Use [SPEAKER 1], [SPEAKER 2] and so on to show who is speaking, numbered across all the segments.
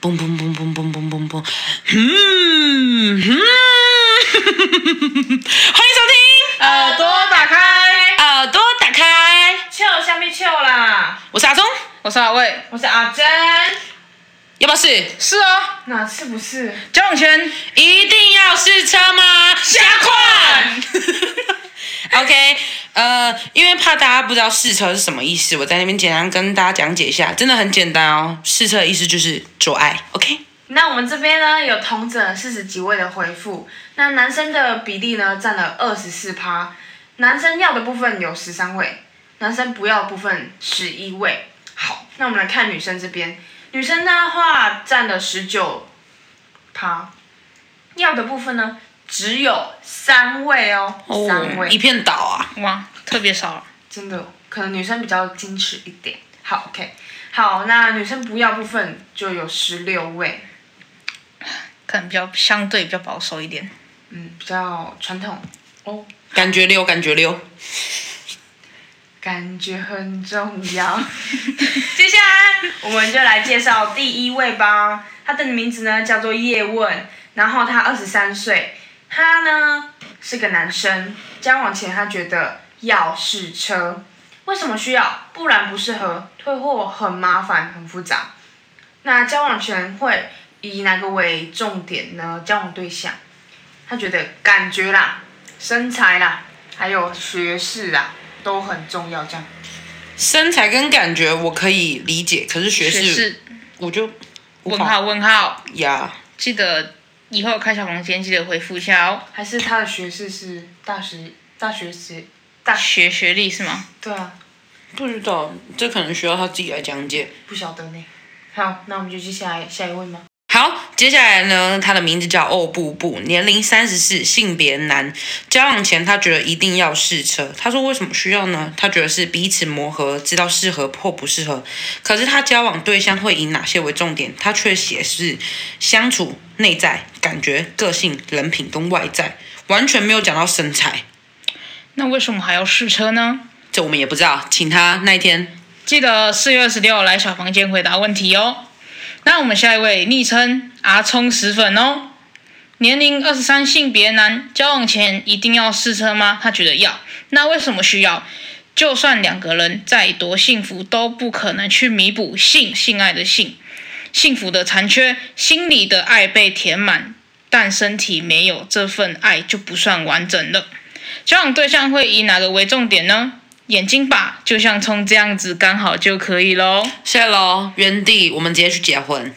[SPEAKER 1] 嘣嘣嘣嘣嘣嘣嘣嘣，嗯 嗯，欢迎收听
[SPEAKER 2] 呃
[SPEAKER 3] 耳朵打开，
[SPEAKER 1] 耳朵打开，
[SPEAKER 3] 翘下面翘啦！
[SPEAKER 1] 我是阿忠，
[SPEAKER 2] 我是阿卫，
[SPEAKER 3] 我是阿珍，
[SPEAKER 1] 要不要试？
[SPEAKER 2] 是啊，
[SPEAKER 3] 哪是不是？
[SPEAKER 2] 交永圈，
[SPEAKER 1] 一定要试车吗？加款 ！OK，呃，因为怕大家不知道试车是什么意思，我在那边简单跟大家讲解一下，真的很简单哦。试车的意思就是做爱，OK？
[SPEAKER 3] 那我们这边呢有同整四十几位的回复，那男生的比例呢占了二十四趴，男生要的部分有十三位，男生不要的部分十一位。好，那我们来看女生这边，女生的话占了十九趴，要的部分呢只有三位哦，三位
[SPEAKER 1] 一片倒啊！
[SPEAKER 2] 哇，特别少啊，
[SPEAKER 3] 真的，可能女生比较矜持一点。好，OK，好，那女生不要部分就有十六位，
[SPEAKER 2] 可能比较相对比较保守一点。
[SPEAKER 3] 嗯，比较传统哦，
[SPEAKER 1] 感觉溜，感觉溜。
[SPEAKER 3] 感觉很重要。接下来我们就来介绍第一位吧，他的名字呢叫做叶问，然后他二十三岁，他呢是个男生，交往前他觉得要试车，为什么需要？不然不适合，退货很麻烦，很复杂。那交往前会以哪个为重点呢？交往对象，他觉得感觉啦、身材啦，还有学识啦，都很重要。这样，
[SPEAKER 1] 身材跟感觉我可以理解，可是学
[SPEAKER 2] 学
[SPEAKER 1] 识
[SPEAKER 2] 士，
[SPEAKER 1] 我就无
[SPEAKER 2] 问
[SPEAKER 1] 法
[SPEAKER 2] 号问号，
[SPEAKER 1] 呀。
[SPEAKER 2] 记得以后开小房间记得回复一下哦。
[SPEAKER 3] 还是他的学识是大学大学时大学
[SPEAKER 2] 学学历是吗？
[SPEAKER 3] 对啊，
[SPEAKER 1] 不知道，这可能需要他自己来讲解。
[SPEAKER 3] 不晓得呢。好，那我们就接下来下一位吗？
[SPEAKER 1] 好，接下来呢，他的名字叫哦布布，年龄三十四，性别男。交往前他觉得一定要试车，他说为什么需要呢？他觉得是彼此磨合，知道适合或不适合。可是他交往对象会以哪些为重点？他却写是相处、内在、感觉、个性、人品跟外在，完全没有讲到身材。
[SPEAKER 2] 那为什么还要试车呢？
[SPEAKER 1] 这我们也不知道，请他那一天
[SPEAKER 2] 记得四月二十六来小房间回答问题哦。那我们下一位昵称阿聪石粉哦，年龄二十三，性别男，交往前一定要试车吗？他觉得要。那为什么需要？就算两个人再多幸福，都不可能去弥补性性爱的性幸福的残缺，心里的爱被填满，但身体没有这份爱就不算完整了。交往对象会以哪个为重点呢？眼睛吧，就像葱这样子，刚好就可以喽。
[SPEAKER 1] 谢喽，原地我们直接去结婚。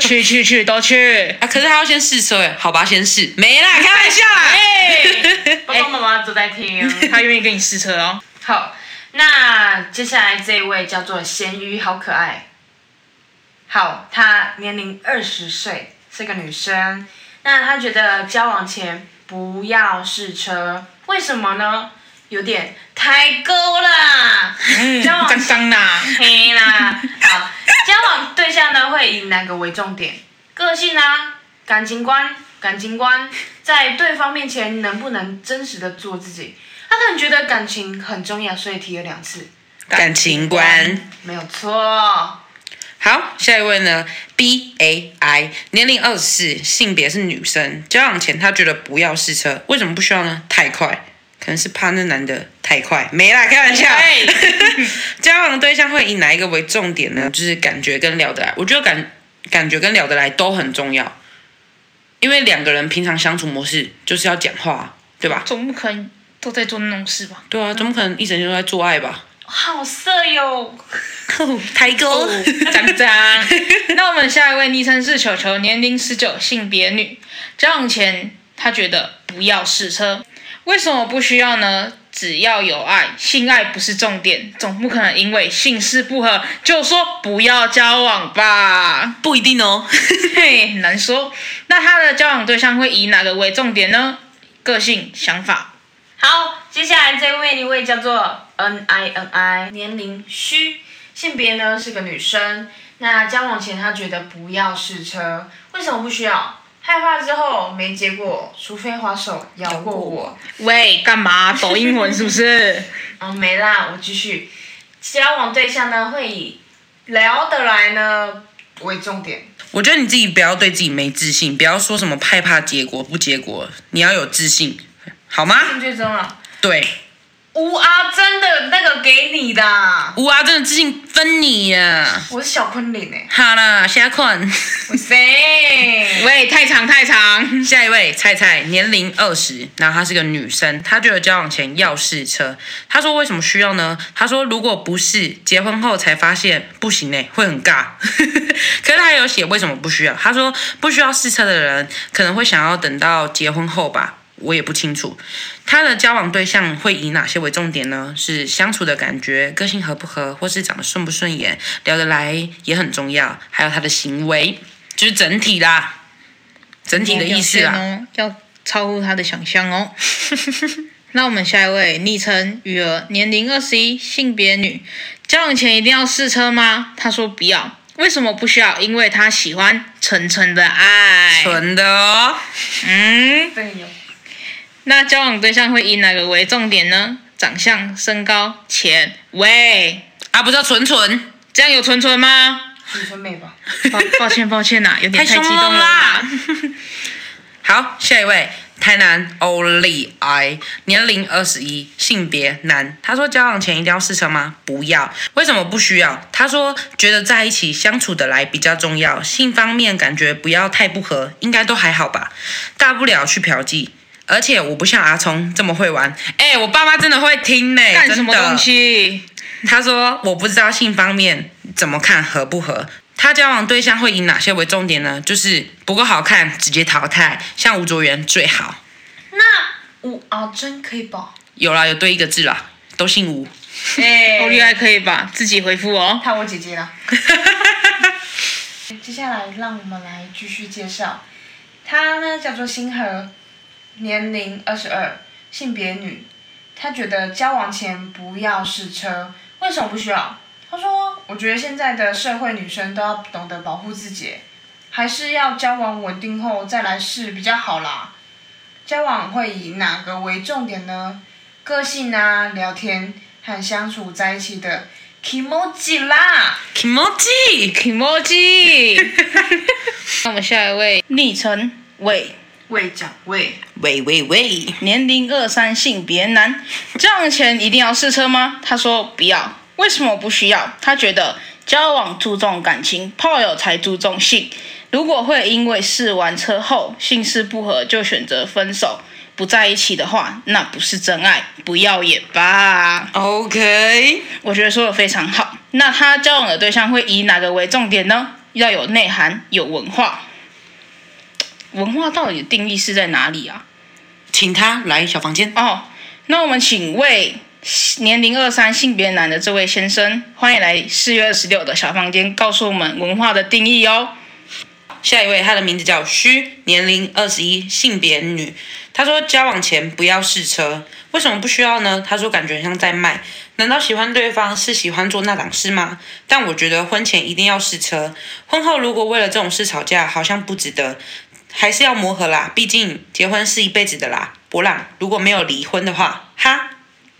[SPEAKER 2] 去去去，都去！
[SPEAKER 1] 啊，可是他要先试车哎，好吧，先试，没啦，开玩笑啦。
[SPEAKER 2] 哎，
[SPEAKER 3] 爸爸妈妈都在听。啊
[SPEAKER 2] 他愿意跟你试车哦。
[SPEAKER 3] 好，那接下来这一位叫做咸鱼，好可爱。好，她年龄二十岁，是个女生。那她觉得交往前不要试车，为什么呢？有点太高啦。
[SPEAKER 2] 嗯，
[SPEAKER 3] 交往
[SPEAKER 2] 刚刚啦，
[SPEAKER 3] 嘿啦，好，交往对象呢会以哪个为重点？个性啊，感情观，感情观，在对方面前能不能真实的做自己？他可能觉得感情很重要，所以提了两次，
[SPEAKER 1] 感情观。
[SPEAKER 3] 没有错。
[SPEAKER 1] 好，下一位呢？B A I，年龄二十四，性别是女生。交往前她觉得不要试车，为什么不需要呢？太快，可能是怕那男的太快。没啦，开玩笑。
[SPEAKER 2] 哎
[SPEAKER 1] 交往对象会以哪一个为重点呢？就是感觉跟聊得来。我觉得感感觉跟聊得来都很重要，因为两个人平常相处模式就是要讲话，对吧？
[SPEAKER 2] 总不可能都在做那种事吧？
[SPEAKER 1] 对啊，怎么可能一整天都在做爱吧？
[SPEAKER 3] 好色哟！
[SPEAKER 1] 抬高。
[SPEAKER 2] 脏脏。那我们下一位昵称是球球，年龄十九，性别女。交往前，她觉得不要试车，为什么不需要呢？只要有爱，性爱不是重点，总不可能因为性事不合就说不要交往吧？
[SPEAKER 1] 不一定哦。
[SPEAKER 2] 嘿，难说。那她的交往对象会以哪个为重点呢？个性、想法。
[SPEAKER 3] 好，接下来这位一位叫做 N I N I，年龄虚，性别呢是个女生。那交往前她觉得不要试车，为什么不需要？害怕之后没结果，除非滑手咬过我。
[SPEAKER 2] 喂，干嘛？抖英文是不 是？
[SPEAKER 3] 嗯，没啦，我继续。交往对象呢会以聊得来呢为重点，
[SPEAKER 1] 我觉得你自己不要对自己没自信，不要说什么害怕结果不结果，你要有自信，好吗？
[SPEAKER 3] 进去中了，
[SPEAKER 1] 对，
[SPEAKER 3] 吴阿真的那个给你的啊，
[SPEAKER 1] 吴阿真的自信分你呀。
[SPEAKER 3] 我是小昆凌 哎、
[SPEAKER 1] 好啦，下款，
[SPEAKER 3] 我谁？
[SPEAKER 2] 喂，太长太长。
[SPEAKER 1] 下一位菜菜，年龄二十，然后她是个女生，她觉得交往前要试车，她说为什么需要呢？她说如果不是结婚后才发现不行哎、会很尬。 可是她有写为什么不需要，她说不需要试车的人可能会想要等到结婚后吧。我也不清楚，她的交往对象会以哪些为重点呢？是相处的感觉、个性合不合，或是长得顺不顺眼、聊得来也很重要，还有她的行为，就是整体啦，整体的意思啦。
[SPEAKER 2] 哦，要超乎他的想象 哦。那我们下一位，昵称余儿，年龄二十一，性别女。交往前一定要试车吗？他说不要。为什么不需要？因为他喜欢纯纯的爱。
[SPEAKER 1] 纯的哦，
[SPEAKER 2] 嗯，
[SPEAKER 3] 这个有。
[SPEAKER 2] 那交往对象会以哪个为重点呢？长相、身高、钱。喂，
[SPEAKER 1] 啊，不是纯纯，
[SPEAKER 2] 这样有纯纯吗？
[SPEAKER 3] 女生妹吧，
[SPEAKER 2] 抱抱歉抱歉啊呐、有
[SPEAKER 1] 太
[SPEAKER 2] 点太
[SPEAKER 1] 凶
[SPEAKER 2] 激动
[SPEAKER 1] 了
[SPEAKER 2] 了啦
[SPEAKER 1] 啦。好，下一位，台南欧丽 I，年龄二十一，性别男。他说交往前一定要试车吗？不要。为什么不需要？他说觉得在一起相处的来比较重要，性方面感觉不要太不合，应该都还好吧，大不了去嫖妓。而且我不像阿聪这么会玩，哎、我爸妈真的会听呢、
[SPEAKER 2] 干
[SPEAKER 1] 真
[SPEAKER 2] 什么
[SPEAKER 1] 的
[SPEAKER 2] 东西？啊
[SPEAKER 1] 他说：“我不知道性方面怎么看合不合。他交往对象会以哪些为重点呢？就是不够好看，直接淘汰。像吴卓源最好。
[SPEAKER 3] 那吴阿真可以吧？
[SPEAKER 1] 有啦，有对一个字啦，都姓吴。
[SPEAKER 3] 哎
[SPEAKER 2] 欧丽爱可以吧？自己回复哦。
[SPEAKER 3] 看我姐姐啦。接下来让我们来继续介绍，她呢叫做星河，年龄二十二，性别女。她觉得交往前不要试车，为什么不需要？她说：“我觉得现在的社会女生都要懂得保护自己，还是要交往稳定后再来试比较好啦。交往会以哪个为重点呢？个性啊，聊天和相处在一起的 k i m o j i 啦。”
[SPEAKER 1] Kimoji，
[SPEAKER 2] emoji。那我们下一位，昵称伟，
[SPEAKER 3] 喂长喂，
[SPEAKER 1] 喂喂喂，
[SPEAKER 2] 年龄二三，性别男。交往前一定要试车吗？他说不要。为什么不需要？他觉得交往注重感情，炮友才注重性。如果会因为试完车后性事不合就选择分手，不在一起的话，那不是真爱，不要也罢。
[SPEAKER 1] OK，
[SPEAKER 2] 我觉得说的非常好。那他交往的对象会以哪个为重点呢？要有内涵，有文化。文化到底的定义是在哪里啊？
[SPEAKER 1] 请他来小房间。
[SPEAKER 2] 哦，那我们请为年龄二三、性别男的这位先生，欢迎来四月二十六的小房间，告诉我们文化的定义哦。
[SPEAKER 1] 下一位，她的名字叫虚，年龄二十一，性别女。她说交往前不要试车，为什么不需要呢？她说感觉像在卖，难道喜欢对方是喜欢做那档事吗？但我觉得婚前一定要试车，婚后如果为了这种事吵架，好像不值得，还是要磨合啦，毕竟结婚是一辈子的啦。博朗如果没有离婚的话，哈。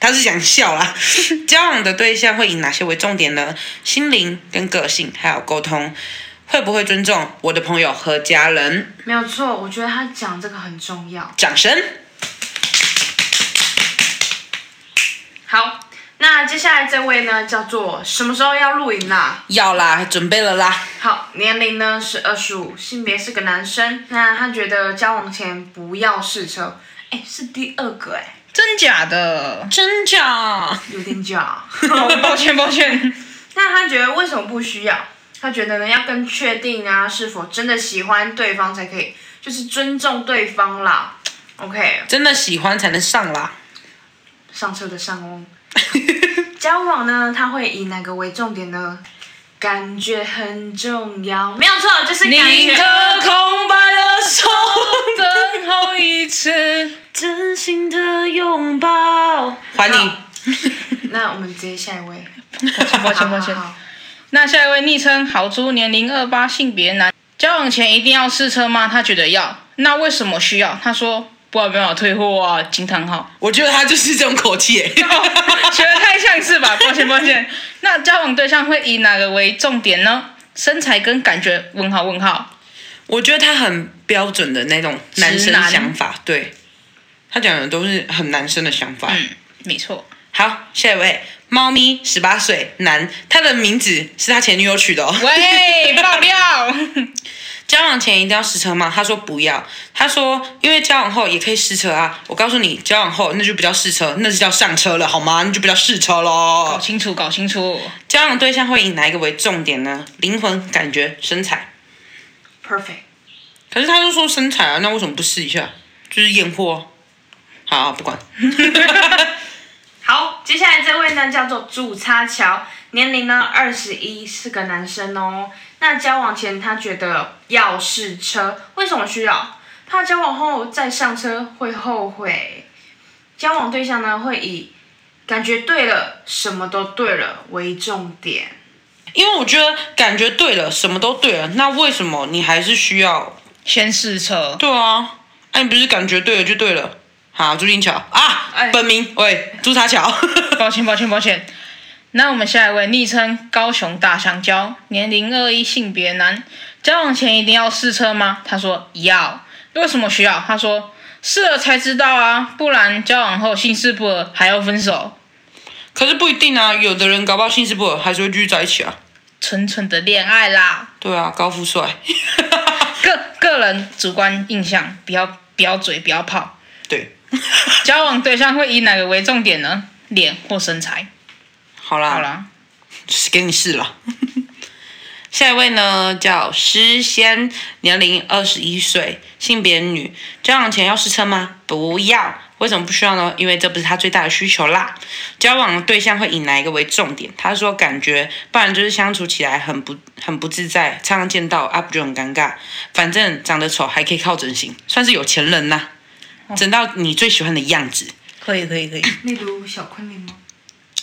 [SPEAKER 1] 他是想笑啦。 交往的对象会以哪些为重点呢？心灵跟个性，还有沟通。会不会尊重我的朋友和家人？
[SPEAKER 3] 没有错，我觉得他讲这个很重要。
[SPEAKER 1] 掌声！
[SPEAKER 3] 好，那接下来这位呢，叫做什么时候要录影啦？
[SPEAKER 1] 要啦，准备了啦。
[SPEAKER 3] 好，年龄呢是二十五，性别是个男生。那他觉得交往前不要试车，哎，是第二个哎，
[SPEAKER 2] 真假的？
[SPEAKER 1] 真假？
[SPEAKER 3] 有点假。
[SPEAKER 2] 哦，抱歉抱歉。
[SPEAKER 3] 那他觉得为什么不需要？他觉得呢，要更确定啊，是否真的喜欢对方才可以，就是尊重对方啦。OK，
[SPEAKER 1] 真的喜欢才能上 啦。
[SPEAKER 3] 上车的上哦。交往呢，他会以哪个为重点呢？感觉很重要，没有错，就是感觉。
[SPEAKER 2] 宁可空白的手，等候一次。
[SPEAKER 1] 真心的拥抱，还你。
[SPEAKER 3] 那我们直接下一位。
[SPEAKER 2] 抱歉抱歉
[SPEAKER 3] 好。好好
[SPEAKER 2] 那下一位昵称豪猪，年龄二八，性别男。交往前一定要试车吗？他觉得要。那为什么需要？他说不然没有退货啊！惊叹号。
[SPEAKER 1] 我觉得他就是这种口气欸。
[SPEAKER 2] 哦，学的太像是吧？抱歉抱歉。那交往对象会以哪个为重点呢？身材跟感觉问号问号。
[SPEAKER 1] 我觉得他很标准的那种男
[SPEAKER 2] 直
[SPEAKER 1] 生
[SPEAKER 2] 男
[SPEAKER 1] 想法，对他讲的都是很男生的想法。
[SPEAKER 2] 嗯，没错，
[SPEAKER 1] 好，下一位，猫咪，十八岁，男，他的名字是他前女友取的哦。
[SPEAKER 2] 喂，爆料，
[SPEAKER 1] 交往前一定要试车吗？他说不要，他说因为交往后也可以试车啊。我告诉你，交往后那就不叫试车，那是叫上车了，好吗？那就不叫试车
[SPEAKER 2] 搞
[SPEAKER 1] 喽。
[SPEAKER 2] 清楚，搞清楚，
[SPEAKER 1] 交往对象会以哪一个为重点呢？灵魂、感觉、身材？
[SPEAKER 3] perfect。
[SPEAKER 1] 可是他都说身材啊，那为什么不试一下？就是验货。好，不管。
[SPEAKER 3] 好，接下来这位呢叫做主插桥，年龄呢二十一，是个男生哦。那交往前他觉得要试车，为什么需要？怕交往后再上车会后悔。交往对象呢会以感觉对了，什么都对了为重点。
[SPEAKER 1] 因为我觉得感觉对了，什么都对了，那为什么你还是需要？
[SPEAKER 2] 先试车，
[SPEAKER 1] 对啊，那、你不是感觉对了就对了？好，朱金桥啊，
[SPEAKER 3] 哎
[SPEAKER 1] 本名喂朱茶桥。
[SPEAKER 2] 抱歉，抱歉，抱歉。那我们下一位，昵称高雄大香蕉，年龄二一，性别男。交往前一定要试车吗？他说要。为什么需要？他说试了才知道啊，不然交往后性事不合还要分手。
[SPEAKER 1] 可是不一定啊，有的人搞不好性事不合，还是会继续在一起啊。
[SPEAKER 2] 纯纯的恋爱啦，
[SPEAKER 1] 对啊，高富帅。
[SPEAKER 2] 个个人主观印象，不要不要嘴，不要泡。
[SPEAKER 1] 对，
[SPEAKER 2] 交往对象会以哪个为重点呢？脸或身材？
[SPEAKER 1] 好啦，
[SPEAKER 2] 好，啦，
[SPEAKER 1] 给你试了。 下一位呢，叫诗仙，年龄二十一岁，性别女。交往前要试车吗？不要。为什么不需要呢？因为这不是他最大的需求啦。交往对象会以哪一个为重点？他说感觉，不然就是相处起来很不很不自在，常常见到啊，不就很尴尬？反正长得丑还可以靠整形，算是有钱人呐、
[SPEAKER 2] 哦
[SPEAKER 1] 整到你最喜欢的样子。
[SPEAKER 2] 可以可以可以，
[SPEAKER 3] 例如小昆凌吗？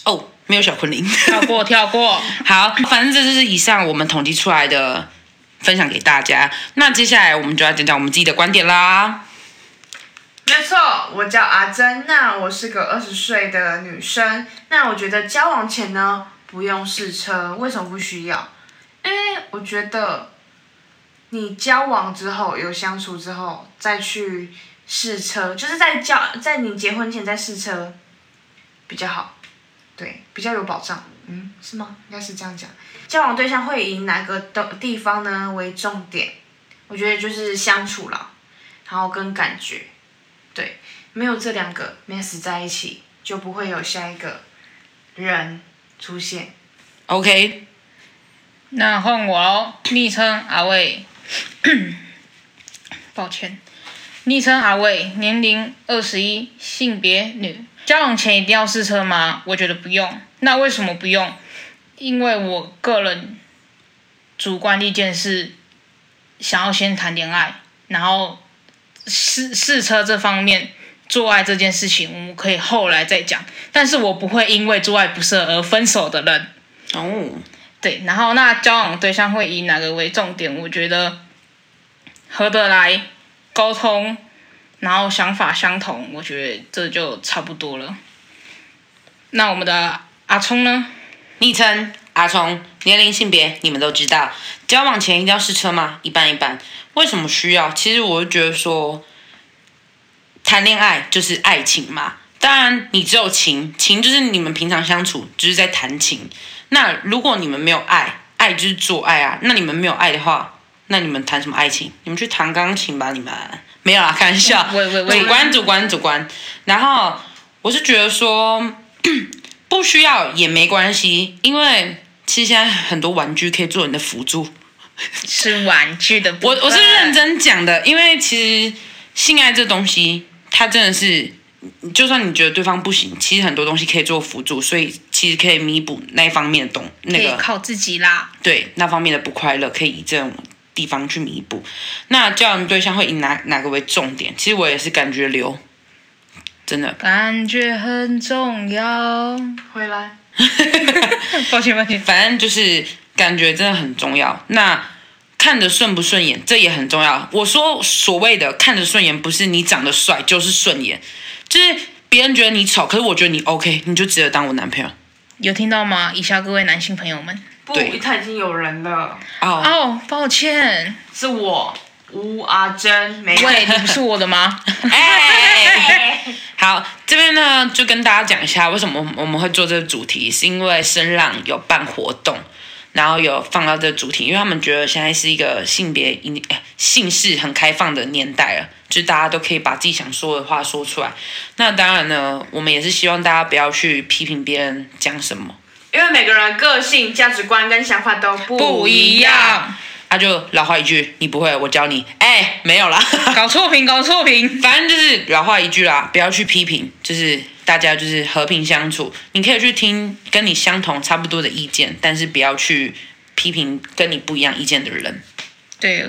[SPEAKER 1] 哦，没有小昆凌。
[SPEAKER 2] 跳过跳过。
[SPEAKER 1] 好，反正这就是以上我们统计出来的，分享给大家。那接下来我们就要讲讲我们自己的观点啦。
[SPEAKER 3] 没错，我叫阿珍，那我是个二十岁的女生。那我觉得交往前呢，不用试车，为什么不需要？因为我觉得你交往之后有相处之后再去试车，就是在交在你结婚前再试车比较好，对，比较有保障。嗯，是吗？应该是这样讲。交往对象会以哪个的地方呢为重点？我觉得就是相处啦，然后跟感觉。对，没有这两个 m e s 在一起，就不会有下一个人出现。
[SPEAKER 1] OK，
[SPEAKER 2] 那换我喽，昵称阿卫， 抱歉，昵称阿卫，年龄二十一，性别女。交往前一定要试车吗？我觉得不用。那为什么不用？因为我个人主观意见是，想要先谈恋爱，然后试试车这方面，做爱这件事情，我们可以后来再讲。但是我不会因为做爱不射而分手的人。
[SPEAKER 1] 哦，
[SPEAKER 2] 对，然后那交往对象会以哪个为重点？我觉得合得来、沟通，然后想法相同，我觉得这就差不多了。那我们的阿聪呢？
[SPEAKER 1] 昵称阿聪，年龄、性别你们都知道。交往前一定要试车吗？一般一般。为什么需要？其实我就觉得说，谈恋爱就是爱情嘛。当然，你只有情，情就是你们平常相处，就是在谈情。那如果你们没有爱，爱就是做爱啊。那你们没有爱的话，那你们谈什么爱情？你们去弹钢琴吧，你们没有啦，开玩笑。
[SPEAKER 2] 嗯喂喂喂
[SPEAKER 1] 主观主观主观。然后我是觉得说， 不需要也没关系，因为其实现在很多玩具可以做你的辅助。
[SPEAKER 2] 是玩具的部
[SPEAKER 1] 我
[SPEAKER 2] 分
[SPEAKER 1] 我是认。真讲的，因为其实性爱这东西，它真的是，就算你觉得对方不行，其实很多东西可以做辅助，所以其实可以弥补那一方面的东那
[SPEAKER 2] 可以
[SPEAKER 1] 个
[SPEAKER 2] 靠自己啦，
[SPEAKER 1] 对那方面的不快乐，可以以这种地方去弥补。那交往对象会以哪哪个为重点？其实我也是感觉流，真 的。
[SPEAKER 2] 感觉很重要。
[SPEAKER 3] 回来，
[SPEAKER 2] 抱歉抱歉，
[SPEAKER 1] 反正就是感觉真的很重要。那看着顺不顺眼，这也很重要。我说所谓的看着顺眼，不是你长得帅就是顺眼，就是别人觉得你丑，可是我觉得你 OK，你就值得当我男朋友。
[SPEAKER 2] 有听到吗？以下各位男性朋友们，
[SPEAKER 3] 不
[SPEAKER 1] 对，
[SPEAKER 3] 他已经有人了，
[SPEAKER 1] 哦，
[SPEAKER 2] 哦，抱 歉，
[SPEAKER 3] 是我吴阿珍，没有。
[SPEAKER 2] 喂，你不是我的吗？
[SPEAKER 1] 哎，
[SPEAKER 3] 哎
[SPEAKER 1] 好，这边呢就跟大家讲一下为什么我们会做这个主题，是因为声浪有办活动，然后有放到这个主题，因为他们觉得现在是一个性别一呃性事很开放的年代了，就大家都可以把自己想说的话说出来。那当然呢，我们也是希望大家不要去批评别人讲什么。
[SPEAKER 3] 因为每个人的个性、价值观跟想法都
[SPEAKER 2] 不
[SPEAKER 3] 不
[SPEAKER 2] 一
[SPEAKER 3] 一样。
[SPEAKER 2] 样，
[SPEAKER 1] 他、啊就老话一句，你不会，我教你。哎、没有啦，
[SPEAKER 2] 搞错评，搞错评。
[SPEAKER 1] 反正就是老话一句啦，不要去批评，就是大家就是和平相处。你可以去听跟你相同差不多的意见，但是不要去批评跟你不一样意见的人。
[SPEAKER 2] 对，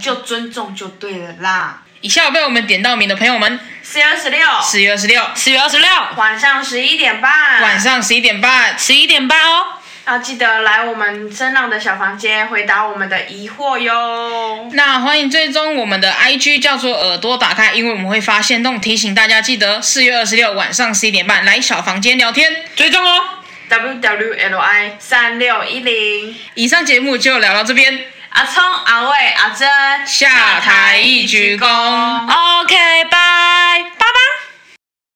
[SPEAKER 3] 就尊重就对了啦。
[SPEAKER 2] 以下被我们点到名的朋友们，
[SPEAKER 3] 四月二十六
[SPEAKER 2] 四月二十六
[SPEAKER 1] 四月二十六
[SPEAKER 3] 晚上十一点半，
[SPEAKER 2] 晚上十一点半，
[SPEAKER 1] 十一点半哦。
[SPEAKER 3] 要记得来我们声浪的小房间回答我们的疑惑哟。
[SPEAKER 2] 那欢迎追踪我们的 IG 叫做耳朵打开，因为我们会发现动提醒大家记得四月二十六晚上十一点半来小房间聊天。
[SPEAKER 1] 追踪哦，
[SPEAKER 3] W W L I 三六一零，
[SPEAKER 2] 以上节目就聊到这边，
[SPEAKER 3] 阿聪、阿伟、阿珍
[SPEAKER 2] 下台一鞠躬。
[SPEAKER 1] ，OK，拜。